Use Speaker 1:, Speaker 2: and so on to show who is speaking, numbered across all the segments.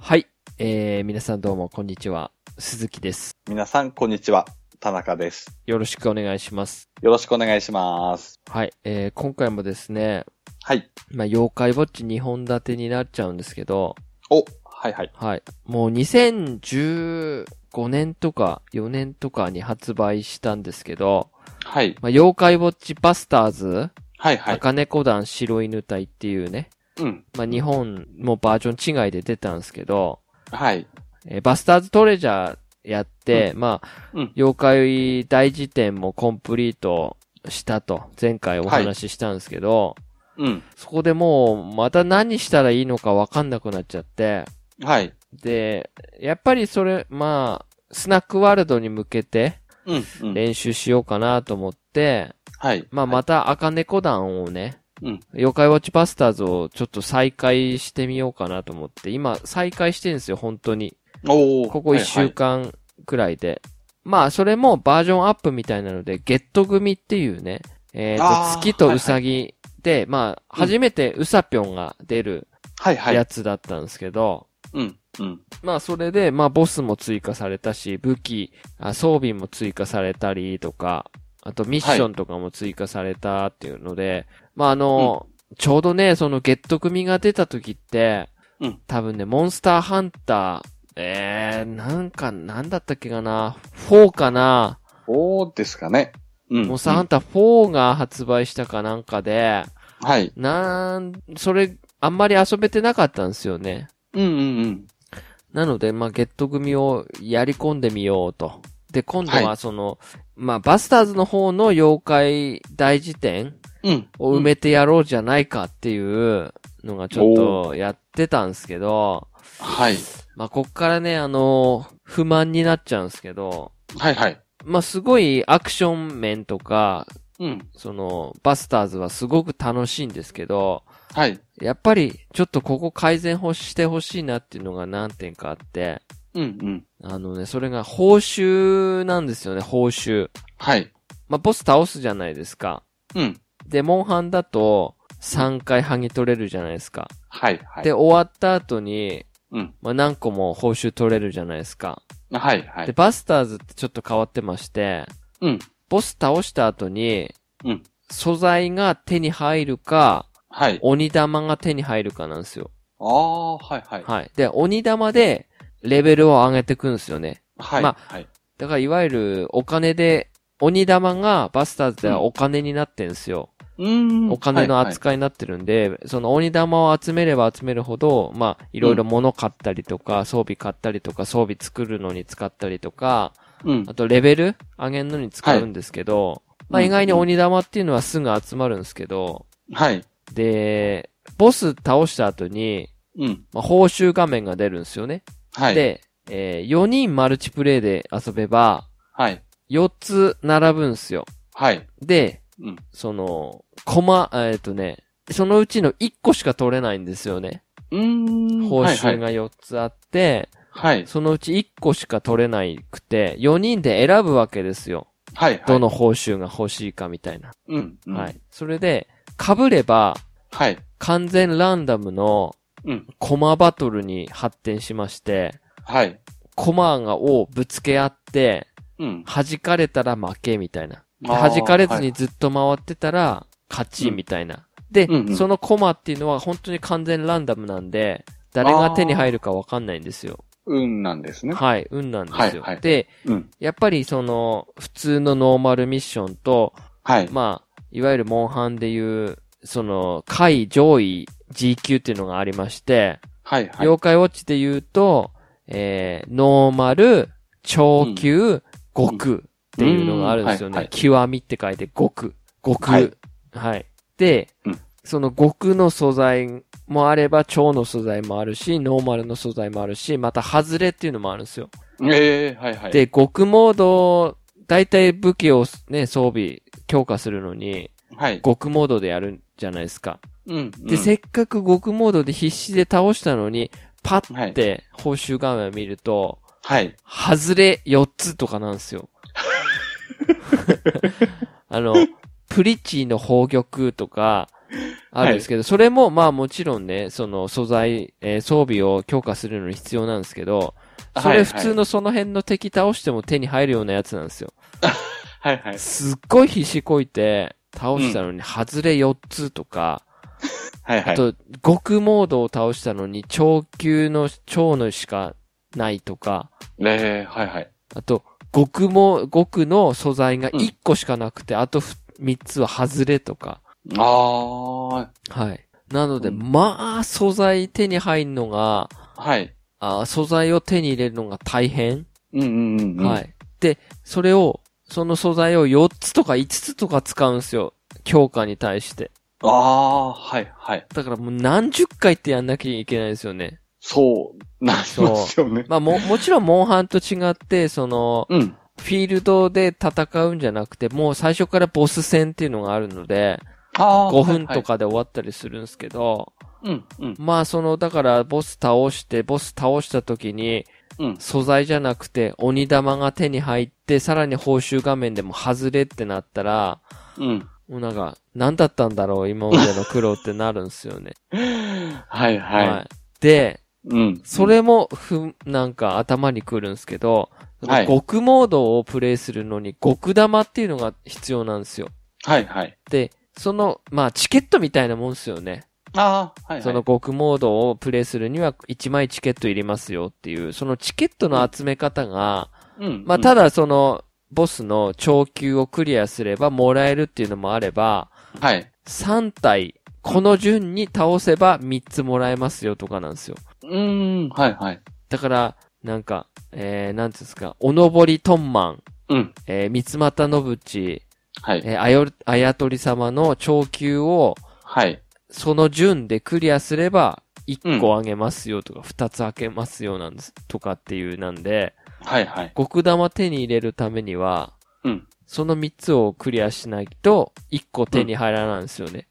Speaker 1: はい。えー、皆さんどうも、こんにちは。鈴木です。
Speaker 2: 皆さん、こんにちは。田中です。
Speaker 1: よろしくお願いします。
Speaker 2: よろしくお願いします。
Speaker 1: はい。えー、今回もですね、
Speaker 2: はい。
Speaker 1: まあ、妖怪ウォッチ2本立てになっちゃうんですけど、
Speaker 2: お、はいはい。
Speaker 1: はい。もう2015年とか4年とかに発売したんですけど、
Speaker 2: はい。
Speaker 1: まあ、妖怪ウォッチバスターズ、
Speaker 2: はいはい。
Speaker 1: 赤猫団白犬隊っていうね、
Speaker 2: うん。
Speaker 1: まあ、日本もバージョン違いで出たんですけど、
Speaker 2: はい。
Speaker 1: えーバスターズトレジャーやって、まあ、
Speaker 2: うん
Speaker 1: 妖怪大辞典もコンプリートしたと、前回お話ししたんですけど、
Speaker 2: うん。
Speaker 1: そこでもう、また何したらいいのかわかんなくなっちゃって、
Speaker 2: はい。
Speaker 1: で、やっぱりそれ、まあ、スナックワールドに向けて
Speaker 2: うん。うん。
Speaker 1: 練習しようかなと思って、
Speaker 2: はい。
Speaker 1: まあ、また赤猫団をね、
Speaker 2: うん
Speaker 1: 妖怪ウォッチバスターズをちょっと再開してみようかなと思って、今再開してるんですよ、本当に。
Speaker 2: おー
Speaker 1: ここ1週。間くらいで。まあ、それもバージョンアップみたいなので、ゲット組っていうね、えー
Speaker 2: あ
Speaker 1: と、
Speaker 2: ー
Speaker 1: 月とウサギで、まあ、初めてウサピョンが出る
Speaker 2: はいはい。はい
Speaker 1: やつだったんですけど、
Speaker 2: うん。うん。
Speaker 1: まあ、それで、まあ、ボスも追加されたし、武器、あ装備も追加されたりとか、あとミッションとかも追加されたっていうので、まあ、あの、ちょうどね、そのゲット組が出た時って、
Speaker 2: うん
Speaker 1: 多分ね、モンスターハンター、えー、なんか、なんだったっけかな、4かな、
Speaker 2: おーですかね。うん。
Speaker 1: モンスターハ
Speaker 2: う
Speaker 1: ンター4が発売したかなんかで、
Speaker 2: んはい。
Speaker 1: なん、それ、あんまり遊べてなかったんですよね。
Speaker 2: うんうんうん。
Speaker 1: なので、まあ、ゲット組をやり込んでみようと。で、今度
Speaker 2: は
Speaker 1: はその、まあ、バスターズの方の妖怪大辞典
Speaker 2: うん。
Speaker 1: を埋めてやろうじゃないかっていうのがちょっとやってたんですけど、
Speaker 2: はい。
Speaker 1: まあ、こっからね、あの、不満になっちゃうんですけど、
Speaker 2: はいはい。
Speaker 1: まあ、すごいアクション面とか、
Speaker 2: うん。
Speaker 1: その、バスターズはすごく楽しいんですけど、
Speaker 2: はい。
Speaker 1: やっぱり、ちょっとここ改善ほしてほしいなっていうのが何点かあって、
Speaker 2: うんうん。
Speaker 1: あのね、それが報酬なんですよね、報酬。
Speaker 2: はい。
Speaker 1: まあ、ボス倒すじゃないですか。
Speaker 2: うん。
Speaker 1: で、モンハンだと、3回剥ぎ取れるじゃないですか。
Speaker 2: はいはい。
Speaker 1: で、終わった後に、
Speaker 2: うん。
Speaker 1: まあ、何個も報酬取れるじゃないですか。
Speaker 2: はいは
Speaker 1: で、
Speaker 2: い。
Speaker 1: バスターズってちょっと変わってまして、
Speaker 2: うん。
Speaker 1: ボス倒した後に、
Speaker 2: うん
Speaker 1: 素材が手に入るか、
Speaker 2: はい。
Speaker 1: 鬼玉が手に入るかなんですよ。
Speaker 2: ああ、はいはい。
Speaker 1: はい。で、鬼玉で、レベルを上げていくんですよね。
Speaker 2: はい。
Speaker 1: ま
Speaker 2: はい。
Speaker 1: だからいわゆるお金で、鬼玉がバスターズではお金になってんすよ。
Speaker 2: うーん。
Speaker 1: お金の
Speaker 2: はい
Speaker 1: 扱いになってるんで、その鬼玉を集めれば集めるほど、まあ、いろいろ物買ったりとか、装備買ったりとか、装備作るのに使ったりとか、
Speaker 2: はいうん
Speaker 1: あ。とレベル上げるのに使うんですけど、まあ
Speaker 2: うん
Speaker 1: 意外に鬼玉っていうのはすぐ集まるんですけど、
Speaker 2: はい。
Speaker 1: で、ボス倒した後に、
Speaker 2: うん。
Speaker 1: まあ、報酬画面が出るんですよね。
Speaker 2: はい。
Speaker 1: で、え4人マルチプレイで遊べば、
Speaker 2: はい。
Speaker 1: 4つ並ぶんですよ。
Speaker 2: はい。
Speaker 1: で、
Speaker 2: うん。
Speaker 1: その、コマ、えっ、とね、そのうちの1個しか取れないんですよね。
Speaker 2: うーん。
Speaker 1: 報酬
Speaker 2: が。
Speaker 1: が4つあって、
Speaker 2: はい。
Speaker 1: そのうち1個しか取れないくて、4人で選ぶわけですよ。
Speaker 2: はい。はい
Speaker 1: ど。の報酬が欲しいかみたいな。
Speaker 2: うん。うん
Speaker 1: はい。。それで、被れば、
Speaker 2: はい。
Speaker 1: 完全ランダムの
Speaker 2: うん。
Speaker 1: コマバトルに発展しまして、
Speaker 2: はい。
Speaker 1: コマがをぶつけ合って、
Speaker 2: うん。
Speaker 1: 弾かれたら負けみたいな。で
Speaker 2: あー
Speaker 1: 弾かれずにずっと回ってたら勝ちみたいな。で、
Speaker 2: うんうん
Speaker 1: そのコマっていうのは本当に完全ランダムなんで、誰が手に入るかわかんないんですよ。
Speaker 2: うんなんですね。
Speaker 1: はい、運なんですよ。
Speaker 2: はいはい
Speaker 1: で、
Speaker 2: うん。
Speaker 1: やっぱりその、普通のノーマルミッションと、
Speaker 2: はい。
Speaker 1: まあ、いわゆるモンハンでいう、その、下位上位 G 級っていうのがありまして、
Speaker 2: はい。はい。
Speaker 1: 妖怪ウォッチで言うと、えー、ノーマル、超級、極っていうのがあるんですよ
Speaker 2: うんは
Speaker 1: ね
Speaker 2: い。
Speaker 1: 極みって書いて極。極。は
Speaker 2: はいい。
Speaker 1: で、
Speaker 2: うん
Speaker 1: その極の素材もあれば、超の素材もあるし、ノーマルの素材もあるし、また外れっていうのもあるんですよ。
Speaker 2: ええ、はいはい。、
Speaker 1: で、極モード、だいたい武器をね、装備、強化するのに、
Speaker 2: はい。
Speaker 1: 極モードでやるじゃないですか。
Speaker 2: うん。
Speaker 1: で、せっかく極モードで必死で倒したのに、パ
Speaker 2: は
Speaker 1: ッ
Speaker 2: い
Speaker 1: て報酬画面を見ると、
Speaker 2: はい。
Speaker 1: 外れ4つとかなんですよ。 あの、プリチーの宝玉とか、あるんですけど、それもまあもちろんね、その素材、えー装備を強化するのに必要なんですけど、それ普通のその辺の敵倒しても手に入るようなやつなんですよ。
Speaker 2: はいはい。
Speaker 1: すっごい必死こいて倒したのに外れ4つとか、
Speaker 2: はい
Speaker 1: あ
Speaker 2: はい。はい
Speaker 1: と極モードを倒したのに超級の超のしかないとか、
Speaker 2: えーはいはい。
Speaker 1: あと極も、極の素材が1個しかなくて、あと3つは外れとか。
Speaker 2: あー、
Speaker 1: はい。なので、
Speaker 2: うん
Speaker 1: まあ、素材手に入るのが、
Speaker 2: はい。
Speaker 1: あー素材を手に入れるのが大変。
Speaker 2: うんうんうんうん。
Speaker 1: は。い。で、それを、その素材を4つとか5つとか使うんですよ。強化に対して。
Speaker 2: あー、はいはい。
Speaker 1: だからもう何十回ってやんなきゃいけないですよね。
Speaker 2: そう、なりますよね。
Speaker 1: まあ も、もちろんモンハンと違って、その、
Speaker 2: うん。
Speaker 1: フィールドで戦うんじゃなくて、もう最初からボス戦っていうのがあるので、
Speaker 2: あー
Speaker 1: 5分と。
Speaker 2: は
Speaker 1: かで終わったりするんですけど、
Speaker 2: いはいうんうん。
Speaker 1: まあその、だからボス倒して、ボス倒した時に、
Speaker 2: うん。
Speaker 1: 素材じゃなくて鬼玉が手に入って、さらに報酬画面でも外れってなったら、
Speaker 2: うん。
Speaker 1: もうなんか、何だったんだろう、今までの苦労ってなるんですよね。
Speaker 2: はいはい。
Speaker 1: で、
Speaker 2: うん。
Speaker 1: それも、ふ、なんか頭にくるんですけど、
Speaker 2: はい
Speaker 1: 極モードをプレイするのに極玉っていうのが必要なんですよ。
Speaker 2: はいはい。
Speaker 1: で、その、まあ、チケットみたいなもんですよね。
Speaker 2: あー、はいはい。
Speaker 1: その極モードをプレイするには1枚チケットいりますよっていう、そのチケットの集め方が、
Speaker 2: うん、
Speaker 1: まあ、ただその、ボスの超級をクリアすればもらえるっていうのもあれば、
Speaker 2: うん、はい。
Speaker 1: 3体、この順に倒せば3つもらえますよとかなんですよ。
Speaker 2: うーん、はいはい。
Speaker 1: だから、なんか、えー、なんていうんですか、おのぼりトンマン、
Speaker 2: うん、
Speaker 1: えー、三つ又信ち、
Speaker 2: はい。
Speaker 1: えー、あよ、あやとり様の超級を、
Speaker 2: はい。
Speaker 1: その順でクリアすれば、1個あげますよとか、2つあげますよなんです、とかっていうなんで、
Speaker 2: はいはい。
Speaker 1: 極玉手に入れるためには、
Speaker 2: うん
Speaker 1: その3つをクリアしないと、1個手に入らないんですよね。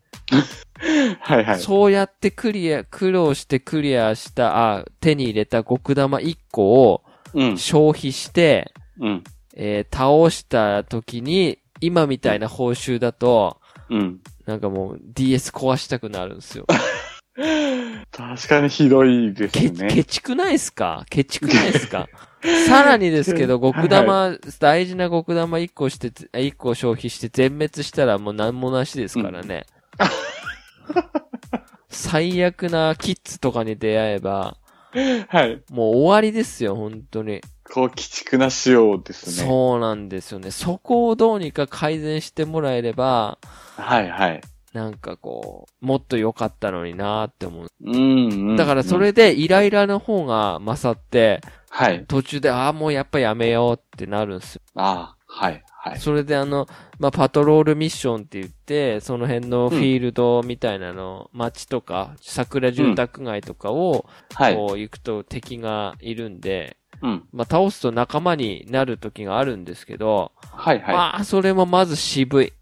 Speaker 2: はいはい。
Speaker 1: そうやってクリア、苦労してクリアした、あ、手に入れた極玉1個を
Speaker 2: うん、
Speaker 1: 消費して、
Speaker 2: うん、
Speaker 1: えー倒した時に、今みたいな報酬だと、
Speaker 2: うん。
Speaker 1: なんかもう DS 壊したくなるんですよ。
Speaker 2: 確かにひどいです
Speaker 1: け、
Speaker 2: ね
Speaker 1: ケ。チくないっすかケチくないっすか さらにですけど、極玉、大事な極玉1個して、1個消費して全滅したらもう何もなしですからね。最悪なキッズとかに出会えば、
Speaker 2: はい。
Speaker 1: もう終わりですよ、本当に。
Speaker 2: こう、鬼畜な仕様ですね。
Speaker 1: そうなんですよね。そこをどうにか改善してもらえれば、
Speaker 2: はいはい。
Speaker 1: なんかこう、もっと良かったのになーって思う。
Speaker 2: うん、うん。
Speaker 1: だからそ
Speaker 2: うん、
Speaker 1: れでイライラの方が勝って、
Speaker 2: はい。
Speaker 1: 途中で、ああ、もうやっぱやめようってなるんですよ。
Speaker 2: ああ、はいはい。
Speaker 1: それであの、まあ、パトロールミッションって言って、その辺のフィールドみたいなの、街とか、桜住宅街とかを、
Speaker 2: はい。
Speaker 1: こう行くと敵がいるんで、
Speaker 2: うん。
Speaker 1: まあ、倒すと仲間になる時があるんですけど、
Speaker 2: はいは
Speaker 1: まあ、それもまず渋い。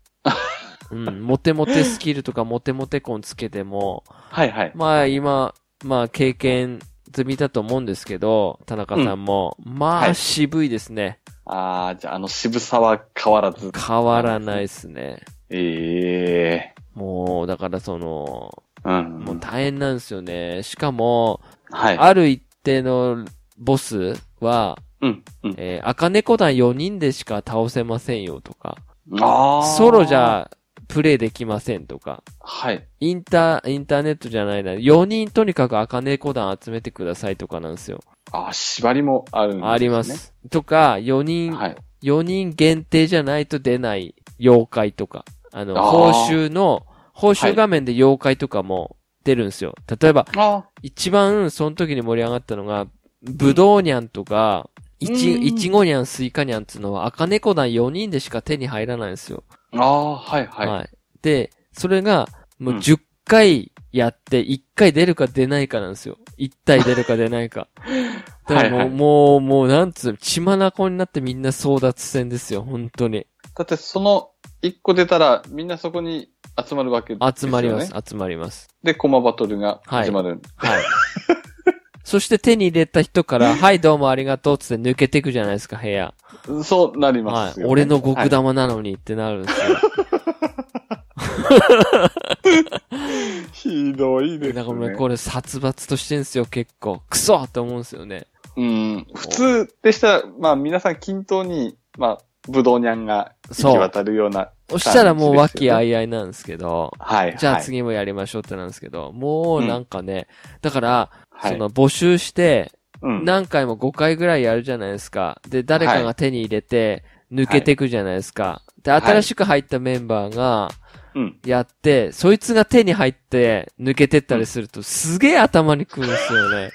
Speaker 1: うん、モテモテスキルとかモテモテコンつけても、
Speaker 2: い。はいはい。
Speaker 1: まあ今、まあ経験済みだと思うんですけど、田中さんも、ま
Speaker 2: は
Speaker 1: あ
Speaker 2: い
Speaker 1: 渋いですね。
Speaker 2: ああ、じゃあ、あの渋さは変わらず。
Speaker 1: 変わらないですね。
Speaker 2: ええ
Speaker 1: もう、だからその、
Speaker 2: うん。
Speaker 1: もう大変なんですよね。しかも、
Speaker 2: はい。
Speaker 1: ある一定のボスは、
Speaker 2: うん、うん。
Speaker 1: えー、赤猫団4人でしか倒せませんよとか、
Speaker 2: ああ。
Speaker 1: ソロじ。ゃプレイできませんとか、
Speaker 2: はい。
Speaker 1: インター、インターネットじゃないな。4人とにかく赤猫団集めてくださいとかなんですよ。
Speaker 2: ああ、縛りもあるんですね。
Speaker 1: あります。とか、4人、
Speaker 2: はい。
Speaker 1: 4人限定じゃないと出ない妖怪とか。あの、報
Speaker 2: あー
Speaker 1: 酬の、報酬画面で妖怪とかも出るんですよ。例えば、
Speaker 2: あ
Speaker 1: 一番その時に盛り上がったのが、ブドウニャンとか、いち、
Speaker 2: うん
Speaker 1: いちごニャン、スイカニャンっていうのは赤猫団4人でしか手に入らないんですよ。
Speaker 2: あ、ああ、はいはい。
Speaker 1: で、それが、もううん10回やって、1回出るか出ないかなんですよ。1体出るか出ない か。だからもう、
Speaker 2: はいはい
Speaker 1: もう、もう、なんつうの、血まなこになってみんな争奪戦ですよ、本当に。
Speaker 2: だってその一個出たらみんなそこに集まるわけですよね。
Speaker 1: 集まります、。集まります。
Speaker 2: で、コマバトルが始まる。
Speaker 1: はい。 そして手に入れた人 から、はい、どうもありがとうっつって抜けていくじゃないですか、部屋。
Speaker 2: そうなりま
Speaker 1: は
Speaker 2: す
Speaker 1: い。
Speaker 2: よ、ね。
Speaker 1: 俺の極
Speaker 2: はい
Speaker 1: 玉なのにってなるんですよ。
Speaker 2: ひどいですね。
Speaker 1: なんかもうこれ殺伐としてんすよ、結構。クソって思うんですよね。
Speaker 2: うん。普通でしたら、まあ皆さん均等に、まあ、ブドウニャンが行
Speaker 1: そ
Speaker 2: き
Speaker 1: う
Speaker 2: 渡るような。
Speaker 1: そしたらもう和気あいあいなんですけど、
Speaker 2: はい。
Speaker 1: じゃあ
Speaker 2: はい。
Speaker 1: 次もやりましょうってなんですけど、もうなんかね、だから、
Speaker 2: はい
Speaker 1: その募集して、
Speaker 2: うん。
Speaker 1: 何回も5回ぐらいやるじゃないですか。で、誰かが手に入れて、抜けていくじゃないですか。で、
Speaker 2: い
Speaker 1: 新しく入ったメンバーが、
Speaker 2: うん。
Speaker 1: やって、そいつが手に入って抜けてったりすると、すげえ頭にくるんですよ ね。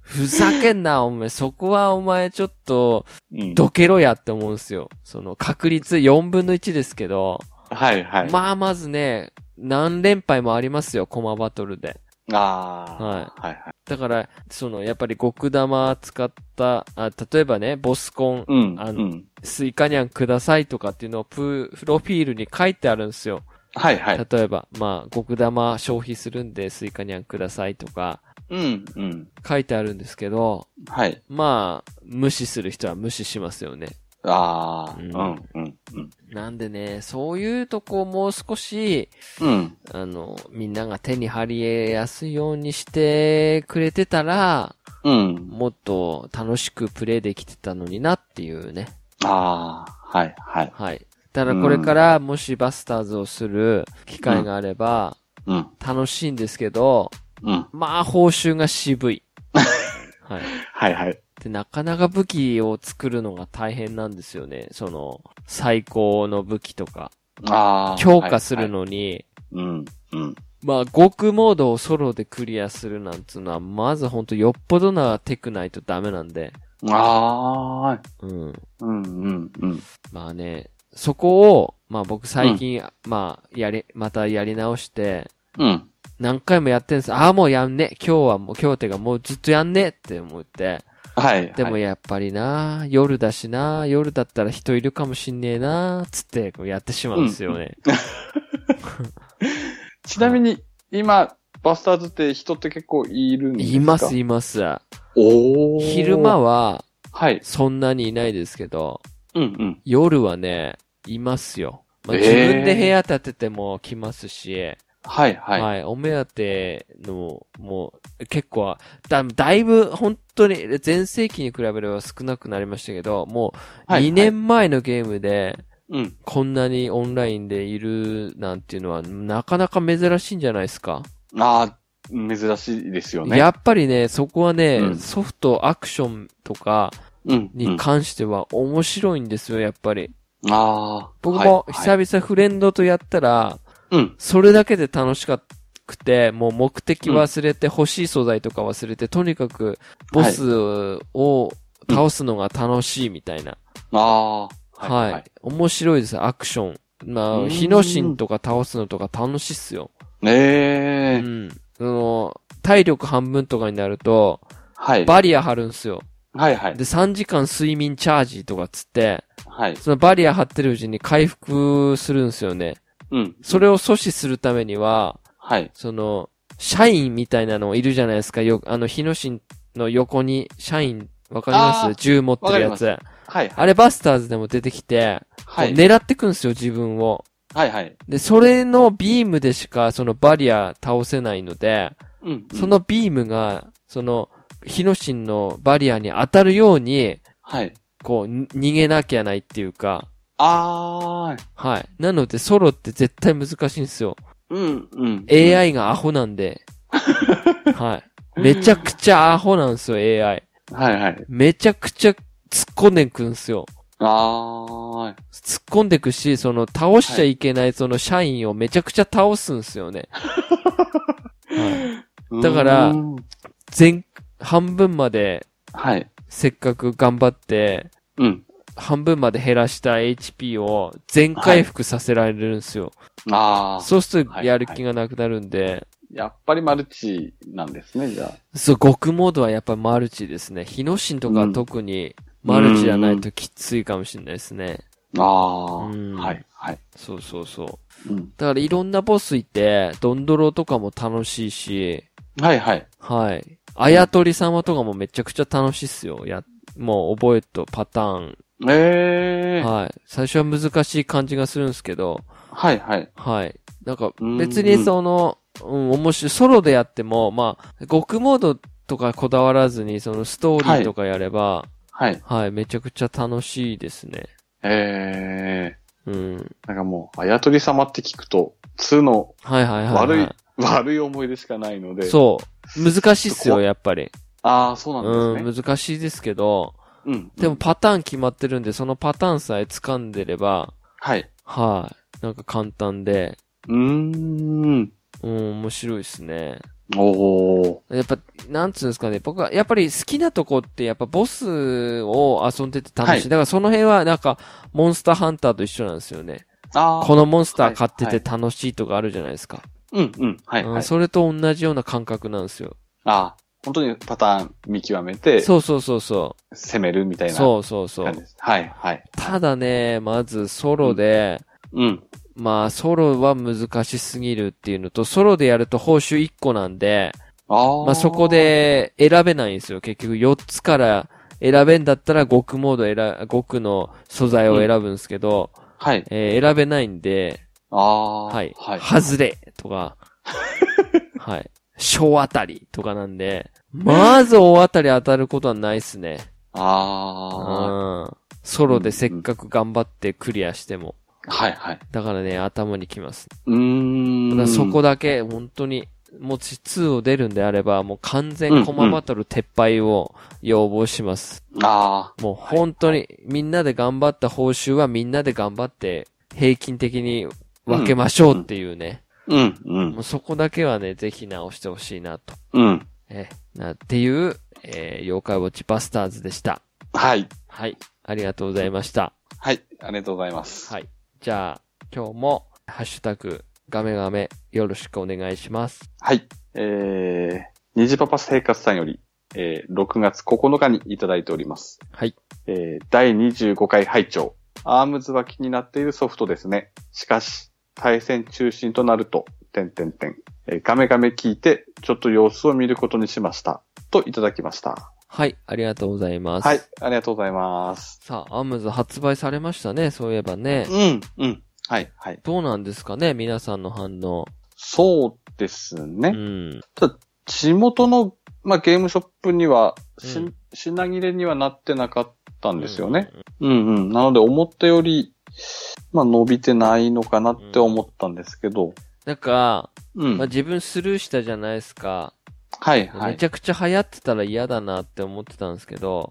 Speaker 1: ふざけんな、お前。そこはお前ちょっと、
Speaker 2: うん。
Speaker 1: どけろやって思うんですよ。その確率4分の1ですけど、
Speaker 2: はい、はい。
Speaker 1: まあまずね、何連敗もありますよ、コマバトルで。
Speaker 2: ああ。
Speaker 1: はい
Speaker 2: はい、はい。
Speaker 1: だから、その、やっぱり極玉使った、あ、例えばね、ボスコン、
Speaker 2: うん。
Speaker 1: あの
Speaker 2: うん。
Speaker 1: スイカニャンくださいとかっていうのをププロフィールに書いてあるんですよ。
Speaker 2: はい、はい。
Speaker 1: 例えば、まあ、極玉消費するんで、スイカニャンくださいとか、
Speaker 2: うん、うん。
Speaker 1: 書いてあるんですけど、
Speaker 2: はい。
Speaker 1: まあ、無視する人は無視しますよね。
Speaker 2: ああ。
Speaker 1: う
Speaker 2: うんん、うん、うん。
Speaker 1: なんでね、そういうとこをもう少し、
Speaker 2: うん。
Speaker 1: あの、みんなが手に張りやすいようにしてくれてたら、
Speaker 2: うん。
Speaker 1: もっと楽しくプレイできてたのになっていうね。
Speaker 2: ああ。はい、はい。
Speaker 1: はい。だからこれからもしバスターズをする機会があれば、
Speaker 2: うん、
Speaker 1: 楽しいんですけど、
Speaker 2: うん。
Speaker 1: まあ報酬が渋 い。はい。
Speaker 2: はい、はい。
Speaker 1: で、なかなか武器を作るのが大変なんですよね。その、最高の武器とか、
Speaker 2: ああ。
Speaker 1: 強化するのに、
Speaker 2: はい。はいうん、うん。
Speaker 1: まあ、極モードをソロでクリアするなんつうのは、まずほんとよっぽどなテクないとダメなんで、
Speaker 2: ああ。
Speaker 1: うん。
Speaker 2: うん、うん、うん。
Speaker 1: まあね、そこを、まあ僕最近、まあ、やり、またやり直して、
Speaker 2: うん。
Speaker 1: 何回もやってんです。ああ、もうやんね。今日はもう、今日ってかもうずっとやんねって思って。
Speaker 2: はい。
Speaker 1: でも
Speaker 2: はい、
Speaker 1: やっぱりな、夜だしな、夜だったら人いるかもしんねえな、つってこうやってしまうんですよね。
Speaker 2: ちなみに、今、バスターズって人って結構いるんですか
Speaker 1: います、。います。
Speaker 2: おー
Speaker 1: 昼間は
Speaker 2: はい。
Speaker 1: そんなにいないですけど、
Speaker 2: うん、うん。
Speaker 1: 夜はね、いますよ。まあ、
Speaker 2: えー
Speaker 1: 自分で部屋建てても来ますし、
Speaker 2: はい、はい。
Speaker 1: はい。お目当ての、もう、結構は、だ、だいぶ、本当に、前世紀に比べれば少なくなりましたけど、もう、
Speaker 2: はい
Speaker 1: 2年前のゲームで、
Speaker 2: うん。
Speaker 1: こんなにオンラインでいるなんていうのは、なかなか珍しいんじゃないですか。
Speaker 2: ああ、珍しいですよね。
Speaker 1: やっぱりね、そこはね、
Speaker 2: うん
Speaker 1: ソフト、アクションとか
Speaker 2: うん、うん
Speaker 1: に関しては面白いんですよ、やっぱり。
Speaker 2: ああ。
Speaker 1: 僕も
Speaker 2: はい
Speaker 1: 久々フレンドとやったら、
Speaker 2: はいうん。
Speaker 1: それだけで楽しかくて、もう目的忘れて、欲しい素材とか忘れて、とにかく、ボスを倒すのが楽しいみたいな。
Speaker 2: ああ。
Speaker 1: はい、面白いです、アクション。ま
Speaker 2: うー
Speaker 1: あ、
Speaker 2: ん
Speaker 1: 火の神とか倒すのとか楽しいっすよ。う
Speaker 2: ええ。
Speaker 1: ん。その、体力半分とかになると、
Speaker 2: はい。
Speaker 1: バリア張るんすよ。
Speaker 2: はい、はい。
Speaker 1: で、3時間睡眠チャージとかっつって、
Speaker 2: はい。
Speaker 1: そのバリア張ってるうちに回復するんすよね。
Speaker 2: うん。
Speaker 1: それを阻止するためには、
Speaker 2: はい。
Speaker 1: その、社員みたいなのいるじゃないですか。よ、あの、日野市の横に、社員、わかりま
Speaker 2: あー
Speaker 1: す銃持ってるや
Speaker 2: わか
Speaker 1: つ。
Speaker 2: はい。
Speaker 1: あれバスターズでも出てきて、
Speaker 2: はい。
Speaker 1: こう狙ってくんですよ、自分を。
Speaker 2: はい、はい。
Speaker 1: で、それのビームでしか、そのバリア倒せないので、
Speaker 2: うん。
Speaker 1: そ、のビームが、その、日野市のバリアに当たるように、
Speaker 2: はい。
Speaker 1: こう、に逃げなきゃないっていうか、
Speaker 2: ああ。
Speaker 1: はい。なので、ソロって絶対難しいんですよ。
Speaker 2: うん、うん。
Speaker 1: AI がアホなん で。はい。めちゃくちゃアホなんですよ、AI。
Speaker 2: はい、はい。
Speaker 1: めちゃくちゃ突っ込んでくんすよ。
Speaker 2: あ
Speaker 1: 突っ込んでくし、その倒しちゃいけないその社員をめちゃくちゃ倒すんすよね。はい、
Speaker 2: あ。
Speaker 1: だから
Speaker 2: うーん
Speaker 1: 全、半分まで
Speaker 2: はい。
Speaker 1: せっかく頑張って、
Speaker 2: うん。
Speaker 1: 半分まで減らした HP を全回復させられるんすよ。
Speaker 2: ああ。
Speaker 1: そうするとやる気がなくなるんで、
Speaker 2: やっぱりマルチなんですね、じゃ
Speaker 1: そう、極モードはやっぱマルチですね。日野神とかは特にマルチじゃないときついかもしれないですね。
Speaker 2: あ。ああ
Speaker 1: うん
Speaker 2: ー。はい、はい。
Speaker 1: そうそうそう。
Speaker 2: うん。
Speaker 1: だからいろんなボスいて、ドンドロとかも楽しいし、
Speaker 2: はい、はい。
Speaker 1: はい。あやとり様とかもめちゃくちゃ楽しいっすよ。や、もう覚えとパターン。
Speaker 2: ええ。
Speaker 1: はい。最初は難しい感じがするんですけど、
Speaker 2: はいはい。
Speaker 1: はい。なんか
Speaker 2: うん
Speaker 1: 別にその、うん、面白い、ソロでやっても、まあ、極モードとかこだわらずに、そのストーリーとかやれば、
Speaker 2: はい。
Speaker 1: はい、めちゃくちゃ楽しいですね。
Speaker 2: え
Speaker 1: うん。
Speaker 2: ー、なんかもう、あやとり様って聞くと、2の
Speaker 1: はいはいはい、はい。
Speaker 2: 悪い、悪い思い出しかないので。う。
Speaker 1: そう。難しいっすよ、
Speaker 2: こ
Speaker 1: やっぱり。
Speaker 2: ああ、そうなん
Speaker 1: う
Speaker 2: ですね。
Speaker 1: ん、難しいですけど、
Speaker 2: うん。うん
Speaker 1: でも、パターン決まってるんで、そのパターンさえ掴んでれば、
Speaker 2: はい。
Speaker 1: はい、なんか簡単で、
Speaker 2: うーん。
Speaker 1: うん、面白いですね。
Speaker 2: おー。
Speaker 1: やっぱ、なんつうんですかね、僕は、やっぱり好きなとこって、やっぱボスを遊んでて楽しい。
Speaker 2: はい
Speaker 1: だからその辺は、なんか、モンスターハンターと一緒なんですよね。
Speaker 2: ああ。
Speaker 1: このモンスター買ってて楽しいとかあるじゃないですか。
Speaker 2: うんうん。はい、
Speaker 1: う
Speaker 2: は
Speaker 1: ん、
Speaker 2: い。
Speaker 1: それと同じような感覚なんですよ。
Speaker 2: ああ。本当にパターン見極めて、
Speaker 1: そうそうそうそ
Speaker 2: 攻めるみた
Speaker 1: う。
Speaker 2: いな
Speaker 1: そうそうそう
Speaker 2: 感じ。です。はいはい。
Speaker 1: ただね、まずソロで、
Speaker 2: うん。
Speaker 1: まあソロは難しすぎるっていうのと、ソロでやると報酬1個なんで、
Speaker 2: ああ。
Speaker 1: まあそこ。で選べないんですよ。結局4つから選べんだったら極モード選、極の素材を選ぶんですけど、
Speaker 2: はい。
Speaker 1: えー選べないんで、
Speaker 2: ああ。
Speaker 1: はい。
Speaker 2: はい。
Speaker 1: 外れとか、 はい。小当たりとかなんで、まず大当たり当たることはないっすね。う
Speaker 2: ああ。
Speaker 1: ん。ソロでせっかく頑張ってクリアしても。
Speaker 2: はいはい。
Speaker 1: だからね、頭にきます。
Speaker 2: う
Speaker 1: だ
Speaker 2: ー
Speaker 1: から
Speaker 2: ん。
Speaker 1: そこだけ、本当に、もし2を出るんであれば、もう完全コマバトル撤廃を要望します。
Speaker 2: あ
Speaker 1: もう本当に、みんなで頑張った報酬はみんなで頑張って、平均的に分けましょうっていうね。
Speaker 2: あ。うんう
Speaker 1: も
Speaker 2: ん。
Speaker 1: うそこだけはね、ぜひ直してほしいなと。
Speaker 2: うん。
Speaker 1: え、な、っていう、えー妖怪ウォッチバスターズでした。
Speaker 2: はい。
Speaker 1: はい。ありがとうございました。
Speaker 2: はい。ありがとうございます。
Speaker 1: はい。じゃあ、今日も、ハッシュタグ、ガメガメ、よろしくお願いします。
Speaker 2: はい。えー、虹パパ生活さんより、えー、6月9日にいただいております。
Speaker 1: はい。
Speaker 2: えー、第25回拝聴アームズは気になっているソフトですね。しかし、対戦中心となると、点点点。えー、ガメガメ聞いて、ちょっと様子を見ることにしました。といただきました。
Speaker 1: はい。ありがとうございます。
Speaker 2: はい。。ありがとうございます。
Speaker 1: さあ、アムズ発売されましたね。そういえばね。
Speaker 2: うん、うん。はい、はい。
Speaker 1: どうなんですかね皆さんの反応。
Speaker 2: そうですね。
Speaker 1: うん。
Speaker 2: 地元の、まあ、ゲームショップには、し、
Speaker 1: うん
Speaker 2: 品切れにはなってなかったんですよね。うんうん。なので、思ったより、まあ、伸びてないのかなって思ったんですけど。
Speaker 1: なんか、
Speaker 2: うん。
Speaker 1: まあ、自分スルーしたじゃないですか。
Speaker 2: はいは
Speaker 1: め
Speaker 2: い
Speaker 1: ち。ゃくちゃ流行ってたら嫌だなって思ってたんですけど、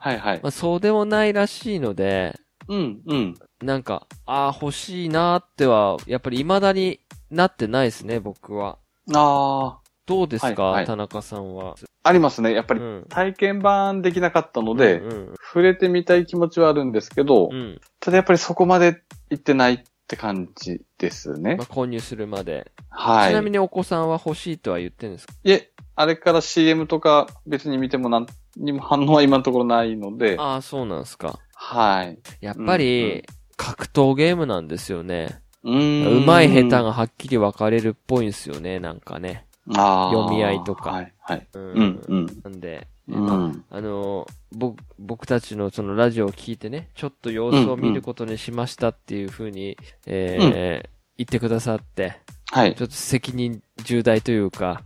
Speaker 2: はいはい
Speaker 1: ま。あ、そうでもないらしいので、
Speaker 2: うんうん。
Speaker 1: なんか、ああ、欲しいなーっては、やっぱり未だになってないですね、僕は。
Speaker 2: あ
Speaker 1: どうですか、
Speaker 2: はいはい
Speaker 1: 田中さんは。
Speaker 2: あ、ありますね。やっぱり、
Speaker 1: ん。
Speaker 2: 体験版できなかったので、
Speaker 1: うん
Speaker 2: 触れてみたい気持ちはあるんですけど、
Speaker 1: うん。うん。
Speaker 2: ただやっぱりそこまで行ってないって感じですね
Speaker 1: まあ、。購入するまで。
Speaker 2: はい。
Speaker 1: ちなみにお子さんは欲しいとは言ってるんですか
Speaker 2: いえ、あれから CM とか別に見ても何にも反応は今のところないので、
Speaker 1: ああ、そうなんですか。
Speaker 2: はい。
Speaker 1: やっぱり、
Speaker 2: うんうん
Speaker 1: 格闘ゲームなんですよね。
Speaker 2: う
Speaker 1: う
Speaker 2: ーん
Speaker 1: まい下手がはっきり分かれるっぽいんですよね、なんかね。
Speaker 2: あー
Speaker 1: 読み合いとか
Speaker 2: はい、はい。
Speaker 1: う
Speaker 2: うん、うん。
Speaker 1: なんで、
Speaker 2: うん。
Speaker 1: あの、僕、僕たちのそのラジオを聞いてね、ちょっと様子を見ることにしましたっていうふうに、えー言ってくださって、
Speaker 2: はい
Speaker 1: ち。ょっと責任重大という か、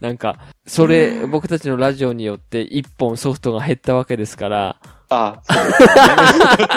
Speaker 1: なんか、それ、僕たちのラジオによって一本ソフトが減ったわけですから、
Speaker 2: あー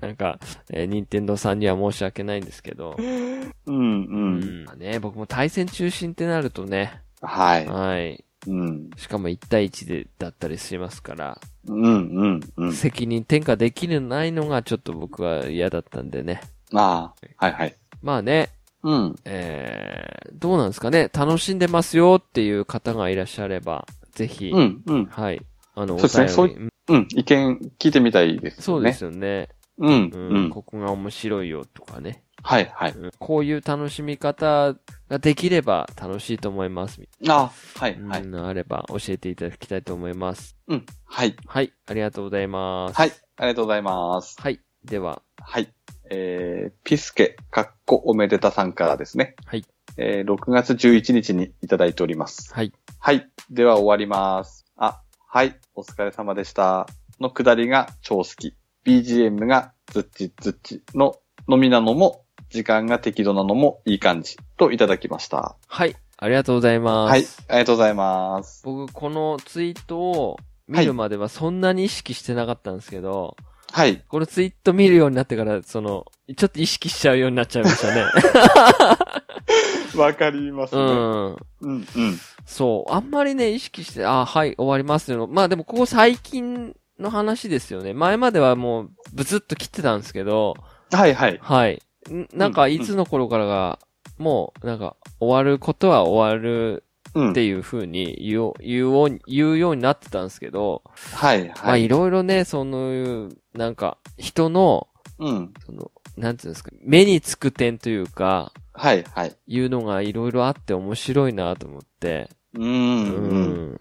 Speaker 1: なんか、えー、任天堂さんには申し訳ないんですけど、
Speaker 2: うん、
Speaker 1: う
Speaker 2: うん。
Speaker 1: まあね、僕も対戦中心ってなるとね、
Speaker 2: はい。
Speaker 1: はい。
Speaker 2: うん。
Speaker 1: しかも1対1で、だったりしますから、
Speaker 2: うん、うん、うん。
Speaker 1: 責任転嫁できるないのがちょっと僕は嫌だったんでね。
Speaker 2: ああ、はい、はい。
Speaker 1: まあね、
Speaker 2: うん。
Speaker 1: えー、どうなんですかね、楽しんでますよっていう方がいらっしゃれば、ぜひ、
Speaker 2: うん、うん。
Speaker 1: はい。あの、お
Speaker 2: そうですねそうい
Speaker 1: 便り
Speaker 2: うん。意見聞いてみたいですね。
Speaker 1: そうですよね。
Speaker 2: うん、
Speaker 1: う、
Speaker 2: うんん。
Speaker 1: ここが面白いよとかね、
Speaker 2: はい、はい。
Speaker 1: うんこういう楽しみ方ができれば楽しいと思います。
Speaker 2: あーはい、は
Speaker 1: う
Speaker 2: い。
Speaker 1: ん、あれば教えていただきたいと思います。
Speaker 2: うん。はい。
Speaker 1: はい。ありがとうございます。
Speaker 2: はい。ありがとうございます。
Speaker 1: はい。では、
Speaker 2: はい。えー、ピスケ、かっこおめでたさんからですね。
Speaker 1: はい。
Speaker 2: えー、6月11日にいただいております。
Speaker 1: はい。
Speaker 2: はい。では終わります。あ、はい。お疲れ様でした。のくだりが超好き。 BGM がズッチズッチののみなのも、時間が適度なのもいい感じといただきました。
Speaker 1: はい。ありがとうございます。
Speaker 2: はい、ありがとうございます。
Speaker 1: 僕、このツイートを見るまではそんなに意識してなかったんですけど、
Speaker 2: はい。
Speaker 1: このツイート見るようになってから、その、ちょっと意識しちゃうようになっちゃいましたね。
Speaker 2: わかります
Speaker 1: う。ん。
Speaker 2: うん、うん。
Speaker 1: そう。あんまりね、意識して、あ、はい、終わりますよ。まあでも、ここ最近の話ですよね。前まではもう、ブツッと切ってたんですけど、
Speaker 2: はい、はい。
Speaker 1: はい。んなんか、
Speaker 2: うん
Speaker 1: いつの頃からが、もう、なんか、終わることは終わる
Speaker 2: うん
Speaker 1: っ。ていう風に言おう、言おう、言うようになってたんですけど、
Speaker 2: はい、
Speaker 1: まあ
Speaker 2: はい。
Speaker 1: いろいろね、そのいう、なんか、人の、
Speaker 2: うん。
Speaker 1: その、なんていうんですか、目につく点というか、
Speaker 2: はい、はい。
Speaker 1: いうのがいろいろあって面白いなと思って。
Speaker 2: う、
Speaker 1: うん
Speaker 2: うん。。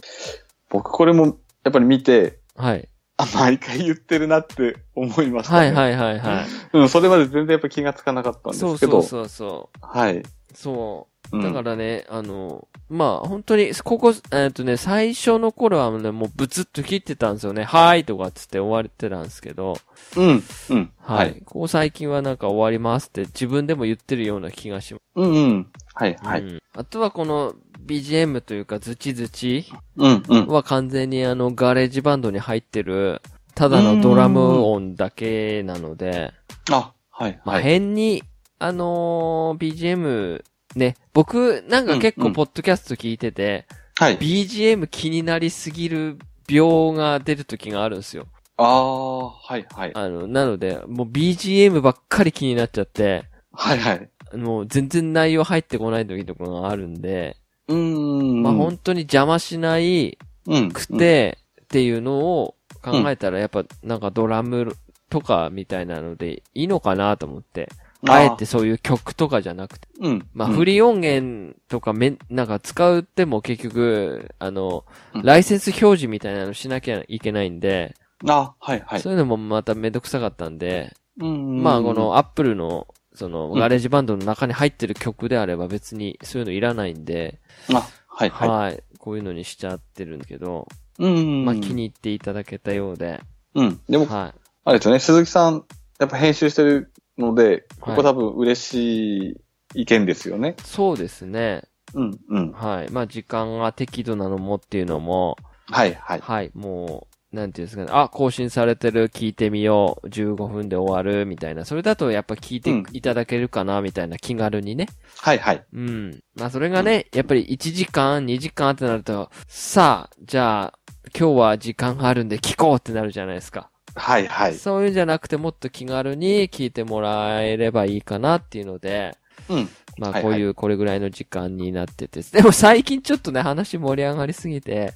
Speaker 2: 僕これも、やっぱり見て、
Speaker 1: はい。
Speaker 2: あ、毎回言ってるなって思いました、。
Speaker 1: はいはいいはいは
Speaker 2: うん、それまで全然やっぱ気がつかなかったん
Speaker 1: い。
Speaker 2: です
Speaker 1: そう
Speaker 2: け
Speaker 1: そ
Speaker 2: ど。
Speaker 1: うそうそ
Speaker 2: はい。
Speaker 1: う。そうう。
Speaker 2: ん
Speaker 1: だからね、あの、まあ、本当に、ここ、えっとね、最初の頃はね、もうブツッと切ってたんですよね。はーいとかっつって終わってたんですけど、
Speaker 2: うん、うん。
Speaker 1: はい。。ここ最近はなんか終わりますって自分でも言ってるような気がしま
Speaker 2: うん、うん。はい、
Speaker 1: す。
Speaker 2: は
Speaker 1: う
Speaker 2: い。
Speaker 1: んあとはこの BGM というか、ズチズチ
Speaker 2: うん、うん。
Speaker 1: は完全にあの、ガレージバンドに入ってる、ただのドラム音だけなので、
Speaker 2: あ、はい、
Speaker 1: まあ、
Speaker 2: はい。
Speaker 1: 変に、あのー BGM、ね、僕なんか結
Speaker 2: うん
Speaker 1: 構
Speaker 2: うん
Speaker 1: ポッドキャスト聞いてて、
Speaker 2: はい。
Speaker 1: BGM 気になりすぎる病が出る時があるんですよ。
Speaker 2: ああ、はい、はい。
Speaker 1: あの、なので、もう BGM ばっかり気になっちゃって、
Speaker 2: はい、はい。
Speaker 1: もう全然内容入ってこない時とかがあるんで、
Speaker 2: うーん。
Speaker 1: まあ本当に邪魔しない
Speaker 2: うん
Speaker 1: く、て、っていうのを考えたら、やっぱなんかドラムとかみたいなのでいいのかなと思って、
Speaker 2: うん
Speaker 1: あえて、そういう曲とかじゃなくて
Speaker 2: ーうん。
Speaker 1: まあ、
Speaker 2: うん
Speaker 1: フリー音源とかめん、なんか使うっても結局、あの
Speaker 2: う、ん
Speaker 1: ライセンス表示みたいなのしなきゃいけないんで、
Speaker 2: あ、はい、はい。
Speaker 1: そういうのもまためんどくさかったんで、
Speaker 2: うん
Speaker 1: まあ、こ、のアップルの、その、
Speaker 2: うん
Speaker 1: ガレージバンドの中に入ってる曲であれば別にそういうのいらないんで、
Speaker 2: あ、はい、
Speaker 1: はい、
Speaker 2: は
Speaker 1: こういうのにしちゃってるんだけど、
Speaker 2: い。うん。
Speaker 1: まあ、気。に入っていただけたようで、
Speaker 2: うん。でも、
Speaker 1: は
Speaker 2: あれですよね、鈴木さん、やっぱ編集してるので、こ
Speaker 1: はい
Speaker 2: こ多分嬉しい意見ですよね。
Speaker 1: い。そうですね。
Speaker 2: うん、うん。
Speaker 1: はい。まあ、時間が適度なのもっていうのも、
Speaker 2: はい、はい。
Speaker 1: はい、もう、なんていうんですかね、あ、更新されてる、聞いてみよう、15分で終わる、みたいな。それだとやっぱ聞いて
Speaker 2: うん
Speaker 1: いただけるかな、みたいな気軽にね。
Speaker 2: はい、はい。
Speaker 1: うん。まあそれがね、やっぱり1時間、2時間ってなると、さあ、じゃあ、今日は時間があるんで聞こうってなるじゃないですか。
Speaker 2: はい、はい。
Speaker 1: そういうんじゃなくて、もっと気軽に聞いてもらえればいいかなっていうので、
Speaker 2: うん。
Speaker 1: ま
Speaker 2: は
Speaker 1: あ
Speaker 2: い
Speaker 1: こう
Speaker 2: はい
Speaker 1: いう、これぐらいの時間になってて。でも最近ちょっとね、話盛り上がりすぎ て、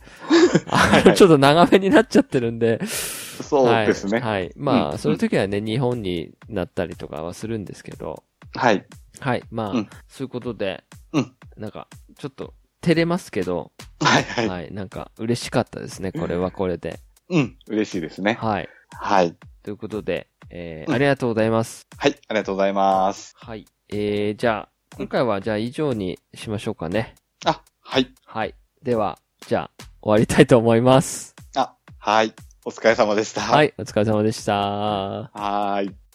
Speaker 1: あのちょっと長めになっちゃってるんで、
Speaker 2: そうですね。
Speaker 1: はい。はいま
Speaker 2: う
Speaker 1: あ、
Speaker 2: ん
Speaker 1: そういう時はね、日本になったりとかはするんですけど、
Speaker 2: はい。
Speaker 1: はい。まあ、
Speaker 2: うん
Speaker 1: そういうことで、
Speaker 2: うん
Speaker 1: なんか、ちょっと、照れますけど、
Speaker 2: はい、
Speaker 1: は、
Speaker 2: はいい。
Speaker 1: なんか、嬉しかったですね。これはこれで。
Speaker 2: うん。嬉しいですね。
Speaker 1: はい。
Speaker 2: はい。
Speaker 1: ということで、えー
Speaker 2: うん
Speaker 1: ありがとうございます。
Speaker 2: はい、ありがとうございます。
Speaker 1: はい。えー、じゃあ、今回は、じゃあ以上にしましょうかね。
Speaker 2: あ、はい。
Speaker 1: はい。では、じゃあ、終わりたいと思います。
Speaker 2: あ、はい。お疲れ様でした。
Speaker 1: はい。お疲れ様でした。
Speaker 2: はーい。